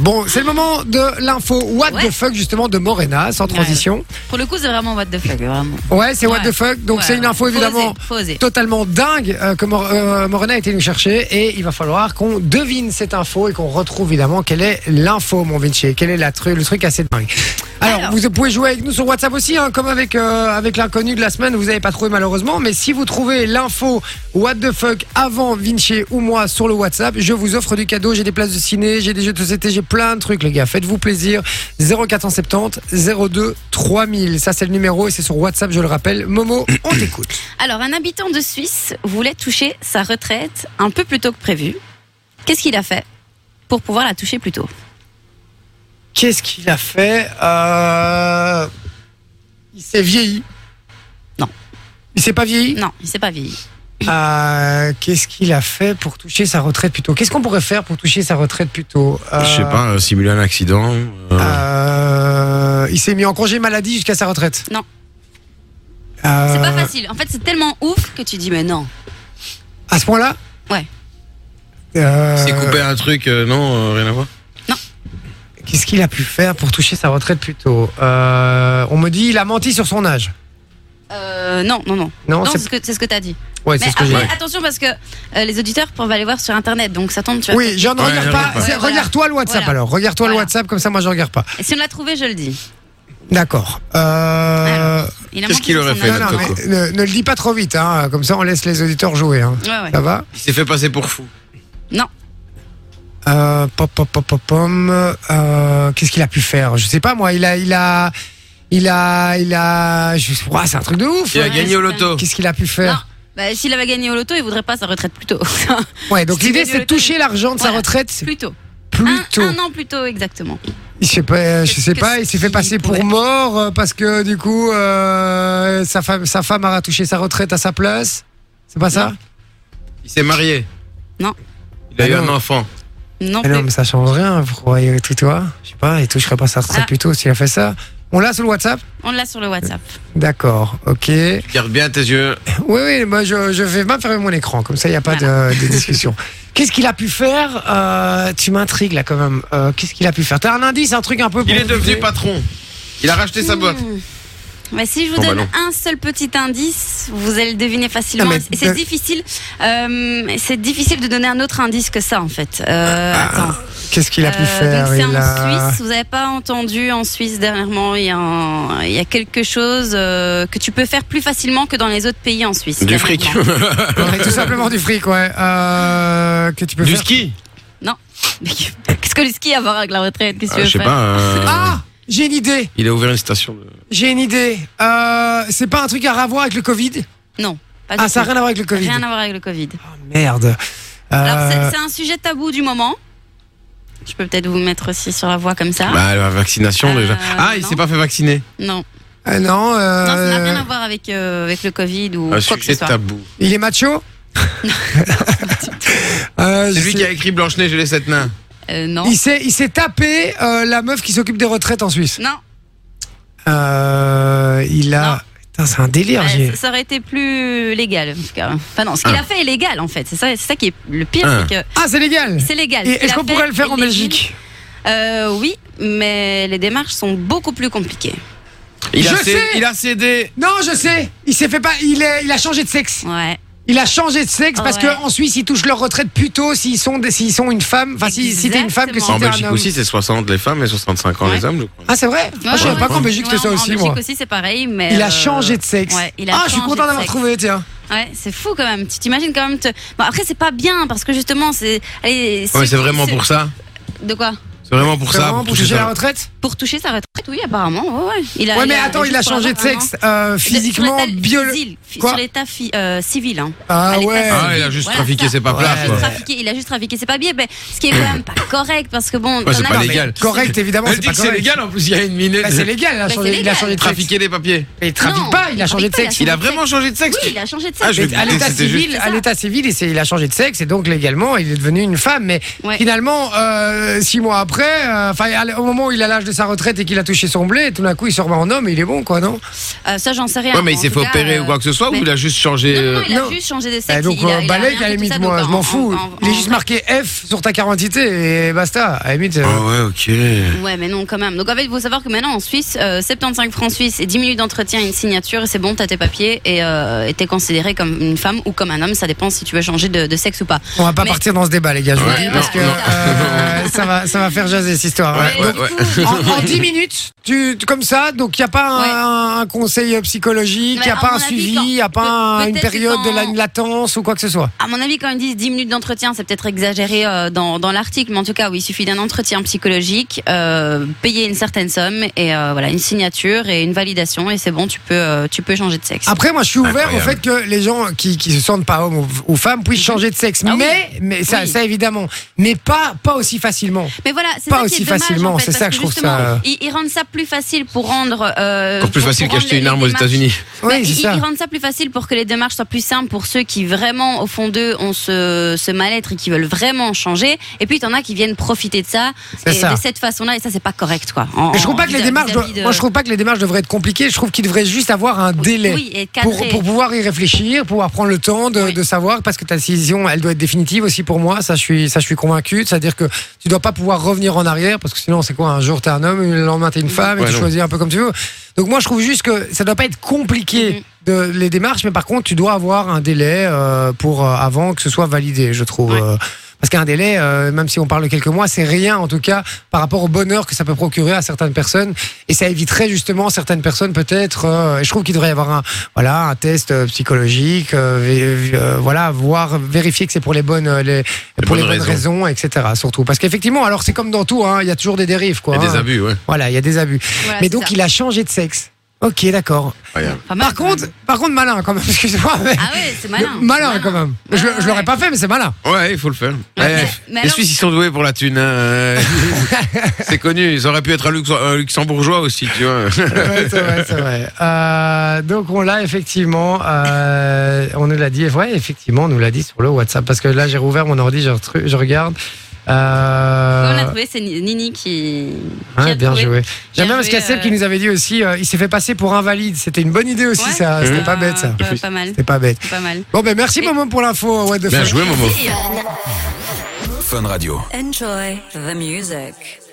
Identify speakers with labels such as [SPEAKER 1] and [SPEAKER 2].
[SPEAKER 1] Bon, c'est le moment de l'info What
[SPEAKER 2] Ouais.
[SPEAKER 1] the fuck justement de Morena, sans transition.
[SPEAKER 2] Pour le coup, c'est vraiment what the fuck, vraiment.
[SPEAKER 1] Ouais, c'est What
[SPEAKER 2] Ouais.
[SPEAKER 1] the fuck, donc
[SPEAKER 2] Ouais,
[SPEAKER 1] c'est une info
[SPEAKER 2] faut
[SPEAKER 1] évidemment
[SPEAKER 2] oser, faut oser.
[SPEAKER 1] totalement dingue euh, que Mor- euh, Morena a été nous chercher et il va falloir qu'on devine cette info et qu'on retrouve évidemment quelle est l'info, mon Vinci, quel est la tru- le truc assez dingue. Alors,
[SPEAKER 2] Alors.
[SPEAKER 1] vous pouvez jouer avec nous sur WhatsApp aussi, hein, comme avec euh, avec l'inconnu de la semaine, vous n'avez pas trouvé malheureusement, mais si vous trouvez l'info What the fuck avant Vinci ou moi sur le WhatsApp, je vous offre du cadeau, j'ai des places de ciné, j'ai des jeux de société, j'ai plein de trucs les gars, faites-vous plaisir. 0470 02 3000, ça c'est le numéro et c'est sur WhatsApp, je le rappelle. Momo, on t'écoute.
[SPEAKER 2] Alors, un habitant de Suisse voulait toucher sa retraite un peu plus tôt que prévu. Qu'est-ce qu'il a fait pour pouvoir la toucher plus tôt
[SPEAKER 1] Qu'est-ce qu'il a fait Euh, Il s'est vieilli.
[SPEAKER 2] Non.
[SPEAKER 1] Il s'est pas vieilli
[SPEAKER 2] Non, il s'est pas vieilli.
[SPEAKER 1] Euh, Qu'est-ce qu'il a fait pour toucher sa retraite plus tôt Qu'est-ce qu'on pourrait faire pour toucher sa retraite plus tôt Euh,
[SPEAKER 3] Je sais pas, euh, simuler un accident. euh,
[SPEAKER 1] euh, il s'est mis en congé maladie jusqu'à sa retraite.
[SPEAKER 2] Non.
[SPEAKER 1] Euh,
[SPEAKER 2] C'est pas facile. En fait, c'est tellement ouf que tu dis, mais non.
[SPEAKER 1] À ce point-là
[SPEAKER 2] Ouais.
[SPEAKER 1] Euh,
[SPEAKER 3] C'est couper un truc, euh, non, euh, rien à voir.
[SPEAKER 1] Qu'est-ce qu'il a pu faire pour toucher sa retraite plus tôt Euh, On me dit il a menti sur son âge.
[SPEAKER 2] Euh, non, non, non.
[SPEAKER 1] Non,
[SPEAKER 2] non, c'est
[SPEAKER 1] c'est
[SPEAKER 2] ce que, c'est ce que t'as dit.
[SPEAKER 1] ouais,
[SPEAKER 2] Mais
[SPEAKER 1] c'est ce que j'ai.
[SPEAKER 2] après, attention parce que euh, les auditeurs peuvent aller voir sur internet, donc ça tombe, tu vois.
[SPEAKER 1] Oui, je ne
[SPEAKER 3] Ouais,
[SPEAKER 1] regarde
[SPEAKER 3] je
[SPEAKER 1] pas.
[SPEAKER 3] regarde pas.
[SPEAKER 1] C'est-
[SPEAKER 2] Ouais, voilà.
[SPEAKER 1] Regarde-toi le WhatsApp
[SPEAKER 2] Voilà.
[SPEAKER 1] alors. Regarde-toi le
[SPEAKER 2] Voilà.
[SPEAKER 1] WhatsApp comme ça, moi je regarde pas.
[SPEAKER 2] Et si on l'a trouvé, je le dis.
[SPEAKER 1] D'accord. Euh...
[SPEAKER 2] Il a
[SPEAKER 3] Qu'est-ce
[SPEAKER 2] manqué
[SPEAKER 3] qu'il
[SPEAKER 2] son
[SPEAKER 3] aurait fait,
[SPEAKER 1] non,
[SPEAKER 2] âge.
[SPEAKER 1] non,
[SPEAKER 3] Laptop,
[SPEAKER 1] mais ne, ne le dis pas trop vite, hein. comme ça on laisse les auditeurs jouer. Hein.
[SPEAKER 2] Ouais, ouais.
[SPEAKER 1] Ça va
[SPEAKER 3] Il s'est fait passer pour fou.
[SPEAKER 1] euh, pop, pop, pop, pop, pom. Euh, Qu'est-ce qu'il a pu faire Je sais pas moi. Il a, il a, il a, il a. je- Ouah, C'est un truc de ouf.
[SPEAKER 3] Il a
[SPEAKER 2] Ouais,
[SPEAKER 3] gagné
[SPEAKER 2] c'est
[SPEAKER 3] au
[SPEAKER 2] dingue.
[SPEAKER 3] loto.
[SPEAKER 1] Qu'est-ce qu'il a pu
[SPEAKER 2] Non.
[SPEAKER 1] faire
[SPEAKER 2] Bah, S'il avait gagné au loto, il voudrait pas sa retraite plus tôt.
[SPEAKER 1] Ouais. Donc
[SPEAKER 2] Si tu
[SPEAKER 1] l'idée
[SPEAKER 2] gagnes au
[SPEAKER 1] c'est de
[SPEAKER 2] loto,
[SPEAKER 1] toucher l'argent de sa
[SPEAKER 2] Voilà.
[SPEAKER 1] retraite
[SPEAKER 2] plus tôt.
[SPEAKER 1] plus
[SPEAKER 2] Un-
[SPEAKER 1] tôt.
[SPEAKER 2] Un, an plus tôt, exactement.
[SPEAKER 1] Je sais pas, euh, je
[SPEAKER 2] Qu'est-ce-
[SPEAKER 1] sais pas, il
[SPEAKER 2] qu'est-ce
[SPEAKER 1] s'est fait
[SPEAKER 2] qu'il
[SPEAKER 1] passer pour
[SPEAKER 2] pourrait-
[SPEAKER 1] mort euh, parce que du coup euh, sa femme sa femme a touché sa retraite à sa place. C'est pas ça
[SPEAKER 3] Il s'est marié.
[SPEAKER 2] Non.
[SPEAKER 3] Il a
[SPEAKER 1] Ah
[SPEAKER 3] eu
[SPEAKER 1] non.
[SPEAKER 3] un enfant.
[SPEAKER 2] Non
[SPEAKER 1] Ah
[SPEAKER 2] plus.
[SPEAKER 1] Non, mais ça change rien. Pourquoi il tout toi Je sais pas, il toucherait pas sa retraite
[SPEAKER 2] Ah.
[SPEAKER 1] plus tôt s'il a fait ça. On l'a sur le WhatsApp
[SPEAKER 2] On l'a sur le WhatsApp.
[SPEAKER 1] D'accord, ok. Oui,
[SPEAKER 3] Garde bien tes yeux.
[SPEAKER 1] oui, moi je, je vais même fermer mon écran, comme ça il n'y a pas de, de discussion. Qu'est-ce qu'il a pu faire Euh, Tu m'intrigues là quand même. Euh, Qu'est-ce qu'il a pu faire T'as un indice, un truc un peu.
[SPEAKER 3] Il
[SPEAKER 1] pour
[SPEAKER 3] est devenu
[SPEAKER 1] vous-
[SPEAKER 3] patron. Il a racheté sa boîte.
[SPEAKER 2] Mmh. Mais si je vous
[SPEAKER 3] Bon,
[SPEAKER 2] donne
[SPEAKER 3] bah
[SPEAKER 2] un seul petit indice, vous allez le deviner facilement.
[SPEAKER 1] Non, Ah, mais-
[SPEAKER 2] Et c'est difficile. euh, c'est difficile de donner un autre indice que ça, en fait. Euh, attends.
[SPEAKER 1] Qu'est-ce qu'il a pu
[SPEAKER 2] Euh,
[SPEAKER 1] faire
[SPEAKER 2] donc c'est
[SPEAKER 1] Ah, Il
[SPEAKER 2] en
[SPEAKER 1] a-
[SPEAKER 2] Suisse. Vous n'avez pas entendu en Suisse dernièrement, il y a, un- il y a quelque chose euh, que tu peux faire plus facilement que dans les autres pays en Suisse.
[SPEAKER 3] Du
[SPEAKER 2] dernièrement.
[SPEAKER 3] fric.
[SPEAKER 1] Ouais, tout simplement du fric, ouais. Euh, que tu peux
[SPEAKER 3] du
[SPEAKER 1] faire.
[SPEAKER 3] ski.
[SPEAKER 2] Mais Qu'est-ce que le ski a à voir avec la retraite Qu'est-ce que
[SPEAKER 3] Ah,
[SPEAKER 2] tu
[SPEAKER 3] je
[SPEAKER 2] veux
[SPEAKER 3] sais
[SPEAKER 2] faire
[SPEAKER 3] pas. euh,
[SPEAKER 1] Ah J'ai une idée
[SPEAKER 3] Il a ouvert une station. de-
[SPEAKER 1] J'ai une idée. Euh, c'est pas un truc à voir avec le Covid
[SPEAKER 2] Pas du
[SPEAKER 1] Ah, ça n'a
[SPEAKER 2] tout.
[SPEAKER 1] rien à voir avec le Covid.
[SPEAKER 2] Rien à voir avec le Covid.
[SPEAKER 1] Oh, merde. Euh,
[SPEAKER 2] Alors, c'est- c'est un sujet tabou du moment. Je peux peut-être vous mettre aussi sur la voie comme ça.
[SPEAKER 3] Bah, la vaccination
[SPEAKER 2] Euh,
[SPEAKER 3] déjà. Ah, il
[SPEAKER 2] non.
[SPEAKER 3] s'est pas fait vacciner.
[SPEAKER 2] Non,
[SPEAKER 1] euh, non, euh,
[SPEAKER 2] non, ça n'a rien à voir avec, euh, avec le Covid ou
[SPEAKER 3] Un
[SPEAKER 2] quoi que ce
[SPEAKER 3] succès
[SPEAKER 2] soit.
[SPEAKER 3] tabou.
[SPEAKER 1] il est macho Euh,
[SPEAKER 3] C'est
[SPEAKER 1] je
[SPEAKER 3] lui
[SPEAKER 1] sais-
[SPEAKER 3] qui a écrit Blanche-Neige et les sept nains.
[SPEAKER 2] Euh, non,
[SPEAKER 1] Il s'est, il s'est tapé euh, la meuf qui s'occupe des retraites en Suisse.
[SPEAKER 2] non.
[SPEAKER 1] Euh, il a.
[SPEAKER 2] Non.
[SPEAKER 1] Putain, c'est un délire.
[SPEAKER 2] Ouais,
[SPEAKER 1] j'ai-
[SPEAKER 2] ça- ça aurait été plus légal en tout cas. Enfin non, ce qu'il
[SPEAKER 3] Ah.
[SPEAKER 2] a fait est légal en fait. C'est ça, c'est ça qui est le pire,
[SPEAKER 3] Ah.
[SPEAKER 2] c'est que
[SPEAKER 1] Ah, c'est légal.
[SPEAKER 2] c'est légal.
[SPEAKER 1] Et
[SPEAKER 2] Ce qu'il
[SPEAKER 1] est-ce
[SPEAKER 2] a
[SPEAKER 1] qu'on
[SPEAKER 2] fait
[SPEAKER 1] pourrait le faire
[SPEAKER 2] est
[SPEAKER 1] en
[SPEAKER 2] légal.
[SPEAKER 1] Belgique
[SPEAKER 2] Euh, Oui, mais les démarches sont beaucoup plus compliquées.
[SPEAKER 3] Il a
[SPEAKER 1] Je
[SPEAKER 3] cédé-
[SPEAKER 1] sais
[SPEAKER 3] il a cédé.
[SPEAKER 1] Non, je sais. Il s'est fait pas. Il, est, il a changé de sexe.
[SPEAKER 2] Ouais.
[SPEAKER 1] Il a changé de sexe parce
[SPEAKER 2] Ah Ouais.
[SPEAKER 1] que en Suisse ils touchent leur retraite plus tôt s'ils sont des- s'ils sont une femme, enfin si, si t'es une femme que si
[SPEAKER 2] Exactement.
[SPEAKER 3] En
[SPEAKER 1] t'es un
[SPEAKER 3] Belgique
[SPEAKER 1] homme.
[SPEAKER 3] aussi, c'est 60 les femmes et 65 ans les
[SPEAKER 2] Ouais.
[SPEAKER 3] hommes, je crois.
[SPEAKER 1] Ah c'est vrai Ah, Je savais
[SPEAKER 3] ouais,
[SPEAKER 1] pas
[SPEAKER 3] ouais.
[SPEAKER 1] qu'en Belgique
[SPEAKER 2] Ouais,
[SPEAKER 1] c'était ça
[SPEAKER 2] en-
[SPEAKER 1] aussi
[SPEAKER 2] En
[SPEAKER 1] moi.
[SPEAKER 2] Belgique aussi c'est pareil, mais
[SPEAKER 1] Il a
[SPEAKER 2] euh,
[SPEAKER 1] changé de sexe.
[SPEAKER 2] ouais, il a
[SPEAKER 1] ah je suis
[SPEAKER 2] changé
[SPEAKER 1] content
[SPEAKER 2] de
[SPEAKER 1] d'avoir
[SPEAKER 2] sexe.
[SPEAKER 1] trouvé tiens.
[SPEAKER 2] Ouais, c'est fou quand même. Tu t'imagines quand même. Te... Bon, après, c'est pas bien parce que justement, Ah, c'est. allez,
[SPEAKER 3] Ouais,
[SPEAKER 2] ceux
[SPEAKER 3] c'est
[SPEAKER 2] qui-
[SPEAKER 3] vraiment
[SPEAKER 2] ceux-
[SPEAKER 3] pour ça.
[SPEAKER 2] De quoi
[SPEAKER 3] C'est vraiment pour
[SPEAKER 1] C'est
[SPEAKER 3] ça.
[SPEAKER 1] vraiment
[SPEAKER 3] pour toucher
[SPEAKER 1] la
[SPEAKER 3] ça.
[SPEAKER 1] retraite
[SPEAKER 2] Pour toucher sa retraite, oui, apparemment. Ouais, ouais. Il a,
[SPEAKER 1] Ouais mais
[SPEAKER 2] il a-
[SPEAKER 1] attends il a
[SPEAKER 2] euh, juste pour hein.
[SPEAKER 1] changé de
[SPEAKER 2] avoir un an.
[SPEAKER 1] sexe euh,
[SPEAKER 2] De- sur
[SPEAKER 1] physiquement
[SPEAKER 2] l'état
[SPEAKER 1] bio.
[SPEAKER 2] civil, fi-
[SPEAKER 1] Quoi
[SPEAKER 2] Sur l'état fi- euh, civil. hein.
[SPEAKER 1] Ah
[SPEAKER 2] Allez,
[SPEAKER 1] ouais.
[SPEAKER 2] passe.
[SPEAKER 3] Ah, il a juste
[SPEAKER 2] Voilà,
[SPEAKER 3] trafiqué
[SPEAKER 2] ça.
[SPEAKER 3] ses
[SPEAKER 2] Il, a
[SPEAKER 3] paplards,
[SPEAKER 1] Ouais.
[SPEAKER 2] juste
[SPEAKER 3] quoi.
[SPEAKER 2] trafiqué, il a juste trafiqué ses papiers, mais ce qui est quand même pas correct parce que bon.
[SPEAKER 3] Ouais, c'est
[SPEAKER 2] t'en as
[SPEAKER 3] pas
[SPEAKER 2] qui-
[SPEAKER 3] légal.
[SPEAKER 1] Correct évidemment
[SPEAKER 3] Ah, Elle
[SPEAKER 1] c'est
[SPEAKER 3] dit
[SPEAKER 1] pas
[SPEAKER 3] que c'est
[SPEAKER 1] correct.
[SPEAKER 3] légal en plus, il y a une minute.
[SPEAKER 1] Bah, c'est légal, il a
[SPEAKER 2] Bah,
[SPEAKER 1] changé,
[SPEAKER 2] c'est
[SPEAKER 1] il a
[SPEAKER 2] légal.
[SPEAKER 1] changé de sexe.
[SPEAKER 3] Trafiquer les papiers.
[SPEAKER 1] Mais Il trafique
[SPEAKER 2] Non,
[SPEAKER 1] pas, il a changé de
[SPEAKER 2] trafique pas,
[SPEAKER 1] sexe.
[SPEAKER 3] Il a
[SPEAKER 2] changé de
[SPEAKER 3] vraiment changé de sexe
[SPEAKER 2] Oui, il a changé de sexe.
[SPEAKER 3] Ah, je vais
[SPEAKER 1] Mais à l'état
[SPEAKER 3] C'était juste-
[SPEAKER 1] civil, à l'état civil, il s'est- il a changé de sexe et donc légalement, il est devenu une femme. Mais
[SPEAKER 2] Ouais.
[SPEAKER 1] finalement, euh, six mois après, euh, enfin à l- au moment où il a l'âge de sa retraite et qu'il a touché toucher son blé et tout d'un coup il se remet en homme et il est bon quoi, non
[SPEAKER 2] Euh, ça, j'en sais rien.
[SPEAKER 3] Ouais, mais il
[SPEAKER 2] En
[SPEAKER 3] s'est
[SPEAKER 2] tout
[SPEAKER 3] fait
[SPEAKER 2] cas,
[SPEAKER 3] opérer
[SPEAKER 2] euh,
[SPEAKER 3] ou quoi que ce soit,
[SPEAKER 2] mais-
[SPEAKER 3] ou il a juste changé.
[SPEAKER 2] Non, non,
[SPEAKER 3] euh,
[SPEAKER 2] il a
[SPEAKER 1] non.
[SPEAKER 2] juste changé de sexe.
[SPEAKER 1] Eh, Donc
[SPEAKER 2] il a-
[SPEAKER 1] euh,
[SPEAKER 2] il a
[SPEAKER 1] balèque
[SPEAKER 2] arrêté
[SPEAKER 1] à la
[SPEAKER 2] tout
[SPEAKER 1] limite,
[SPEAKER 2] ça,
[SPEAKER 1] moi
[SPEAKER 2] donc
[SPEAKER 1] je
[SPEAKER 2] en-
[SPEAKER 1] m'en fous.
[SPEAKER 2] en-
[SPEAKER 1] il
[SPEAKER 2] en
[SPEAKER 1] est juste
[SPEAKER 2] vrai.
[SPEAKER 1] marqué F sur ta carte d'identité et basta. À la limite, euh,
[SPEAKER 3] Ah ouais, ok.
[SPEAKER 2] Ouais, mais non, quand même. Donc en fait, il faut savoir que maintenant en Suisse, euh, 75 francs suisses et 10 minutes d'entretien, une signature, et c'est bon, t'as tes papiers et euh, et t'es considéré comme une femme ou comme un homme. Ça dépend si tu veux changer de, de sexe ou pas.
[SPEAKER 1] on va pas
[SPEAKER 2] Mais-
[SPEAKER 1] partir dans ce débat les gars, je vous
[SPEAKER 3] Ouais,
[SPEAKER 1] le dis,
[SPEAKER 3] non,
[SPEAKER 1] parce que
[SPEAKER 3] non.
[SPEAKER 1] euh, ça, va, ça va faire jaser cette histoire.
[SPEAKER 3] Ouais,
[SPEAKER 1] ouais.
[SPEAKER 2] Mais
[SPEAKER 3] ouais,
[SPEAKER 2] du
[SPEAKER 3] ouais.
[SPEAKER 2] coup,
[SPEAKER 1] en, en 10 minutes, tu, tu- comme ça, donc il n'y a pas un, un conseil psychologique, il
[SPEAKER 2] Mais
[SPEAKER 1] n'y a
[SPEAKER 2] à
[SPEAKER 1] pas
[SPEAKER 2] mon
[SPEAKER 1] un
[SPEAKER 2] avis,
[SPEAKER 1] suivi,
[SPEAKER 2] quand-
[SPEAKER 1] il n'y a pas un-
[SPEAKER 2] peut-
[SPEAKER 1] une
[SPEAKER 2] peut-être que
[SPEAKER 1] période de la-
[SPEAKER 2] quand-
[SPEAKER 1] une latence ou quoi que ce soit.
[SPEAKER 2] À mon avis, quand ils disent 10 minutes d'entretien, c'est peut-être exagéré euh, dans, dans l'article, mais en tout cas, oui, il suffit d'un entretien psychologique, euh, payer une certaine somme et euh, voilà une signature et une validation et c'est bon, tu peux euh, tu peux changer de sexe.
[SPEAKER 1] Après, moi, je suis ouvert au
[SPEAKER 3] Incroyable.
[SPEAKER 1] fait que les gens qui, qui se sentent pas hommes ou, ou femmes puissent changer de sexe.
[SPEAKER 2] Ah oui.
[SPEAKER 1] mais, mais ça,
[SPEAKER 2] Oui.
[SPEAKER 1] ça évidemment. Mais pas, pas aussi facilement.
[SPEAKER 2] mais voilà, c'est
[SPEAKER 1] pas
[SPEAKER 2] ça qui
[SPEAKER 1] aussi
[SPEAKER 2] est dommage,
[SPEAKER 1] facilement,
[SPEAKER 2] en fait,
[SPEAKER 1] c'est ça
[SPEAKER 2] parce
[SPEAKER 1] que je trouve
[SPEAKER 2] justement,
[SPEAKER 1] ça- euh,
[SPEAKER 2] Ils, ils rendent ça plus facile pour rendre. Euh,
[SPEAKER 3] Encore plus
[SPEAKER 2] pour-
[SPEAKER 3] facile
[SPEAKER 2] pour rendre
[SPEAKER 3] qu'acheter
[SPEAKER 2] les-
[SPEAKER 3] une
[SPEAKER 2] les
[SPEAKER 3] arme aux
[SPEAKER 2] démarches-
[SPEAKER 3] États-Unis.
[SPEAKER 2] Bah,
[SPEAKER 1] oui,
[SPEAKER 2] ils,
[SPEAKER 1] c'est ça.
[SPEAKER 2] ils rendent ça plus facile pour que les démarches soient plus simples pour ceux qui vraiment, au fond d'eux, ont ce, ce mal-être et qui veulent vraiment changer. Et puis, il y en a qui viennent profiter de ça.
[SPEAKER 1] C'est
[SPEAKER 2] Et
[SPEAKER 1] ça.
[SPEAKER 2] de cette façon-là, et ça, c'est pas correct, quoi. En-
[SPEAKER 1] Mais je trouve
[SPEAKER 2] en-
[SPEAKER 1] pas que les
[SPEAKER 2] vis-
[SPEAKER 1] démarches,
[SPEAKER 2] vis-à-vis
[SPEAKER 1] doivent-
[SPEAKER 2] de-
[SPEAKER 1] moi, je trouve pas que les démarches devraient être compliquées. Je trouve qu'il devrait juste avoir un délai.
[SPEAKER 2] Oui, et
[SPEAKER 1] Pour,
[SPEAKER 2] cadrer.
[SPEAKER 1] pour pouvoir y réfléchir, pouvoir prendre le temps de,
[SPEAKER 2] Oui.
[SPEAKER 1] de savoir, parce que ta décision, elle doit être définitive aussi pour moi, ça je suis, ça, je suis convaincu. C'est-à-dire que tu dois pas pouvoir revenir en arrière, parce que sinon, c'est quoi Un jour, t'es un homme, le lendemain, t'es une femme, et
[SPEAKER 3] Ouais,
[SPEAKER 1] tu
[SPEAKER 3] non.
[SPEAKER 1] choisis un peu comme tu veux. Donc moi, je trouve juste que ça doit pas être compliqué de, les démarches, mais par contre, tu dois avoir un délai euh, pour euh, avant que ce soit validé, je trouve.
[SPEAKER 2] Ouais.
[SPEAKER 1] Euh, parce qu'un délai, euh, même si on parle de quelques mois, c'est rien en tout cas par rapport au bonheur que ça peut procurer à certaines personnes. Et ça éviterait justement certaines personnes peut-être. euh, et je trouve qu'il devrait y avoir un, voilà, un test euh, psychologique, euh, vé- euh, voilà, voir, vérifier que c'est pour les bonnes, euh, les, pour
[SPEAKER 3] bonnes
[SPEAKER 1] les bonnes raisons. etc. Surtout parce qu'effectivement, alors c'est comme dans tout, hein, il y a toujours des dérives, quoi.
[SPEAKER 3] Et des
[SPEAKER 1] hein.
[SPEAKER 3] abus, ouais.
[SPEAKER 1] Voilà, il y a des abus.
[SPEAKER 2] Voilà,
[SPEAKER 1] Mais
[SPEAKER 2] c'est
[SPEAKER 1] donc
[SPEAKER 2] ça.
[SPEAKER 1] il a changé de sexe. Ok, d'accord.
[SPEAKER 3] Incroyable.
[SPEAKER 2] Pas mal,
[SPEAKER 1] Par
[SPEAKER 2] quand même.
[SPEAKER 1] contre, par contre, malin quand même. Excuse-moi. mais-
[SPEAKER 2] Ah ouais, c'est malin.
[SPEAKER 1] malin quand même.
[SPEAKER 2] Ouais,
[SPEAKER 1] je
[SPEAKER 2] ouais,
[SPEAKER 1] je l'aurais
[SPEAKER 2] ouais.
[SPEAKER 1] pas fait, mais c'est malin.
[SPEAKER 3] Ouais, il faut le faire.
[SPEAKER 2] Ouais,
[SPEAKER 3] Eh,
[SPEAKER 2] mais- mais
[SPEAKER 3] les
[SPEAKER 2] alors-
[SPEAKER 3] Suisses, ils sont doués pour la thune. hein, euh. c'est connu. Ils auraient pu être un, Lux- un luxembourgeois aussi, tu vois.
[SPEAKER 1] Ouais, c'est vrai, c'est vrai. Euh, donc on l'a effectivement, euh, on nous l'a dit, ouais, effectivement, on nous l'a dit sur le WhatsApp. Parce que là, j'ai rouvert mon ordi, je, retru- je regarde. Euh,
[SPEAKER 2] On a trouvé, c'est Nini qui.
[SPEAKER 1] ouais,
[SPEAKER 2] qui a
[SPEAKER 1] bien
[SPEAKER 2] trouvé.
[SPEAKER 1] joué. J'aime bien
[SPEAKER 2] Bien
[SPEAKER 1] parce qu'il y a
[SPEAKER 2] joué,
[SPEAKER 1] Seb qui
[SPEAKER 2] euh.
[SPEAKER 1] nous avait dit aussi, euh, il s'est fait passer pour invalide. C'était une bonne idée aussi,
[SPEAKER 2] Ouais,
[SPEAKER 1] ça. C'était
[SPEAKER 2] euh,
[SPEAKER 1] pas bête, ça.
[SPEAKER 2] Pas, pas mal.
[SPEAKER 1] C'était pas bête.
[SPEAKER 2] c'est Pas mal.
[SPEAKER 1] Bon, ben merci,
[SPEAKER 2] Et-
[SPEAKER 1] maman, pour l'info. What the
[SPEAKER 3] Bien
[SPEAKER 1] fuck.
[SPEAKER 3] joué, Momo.
[SPEAKER 4] Fun Radio.
[SPEAKER 5] Enjoy the music.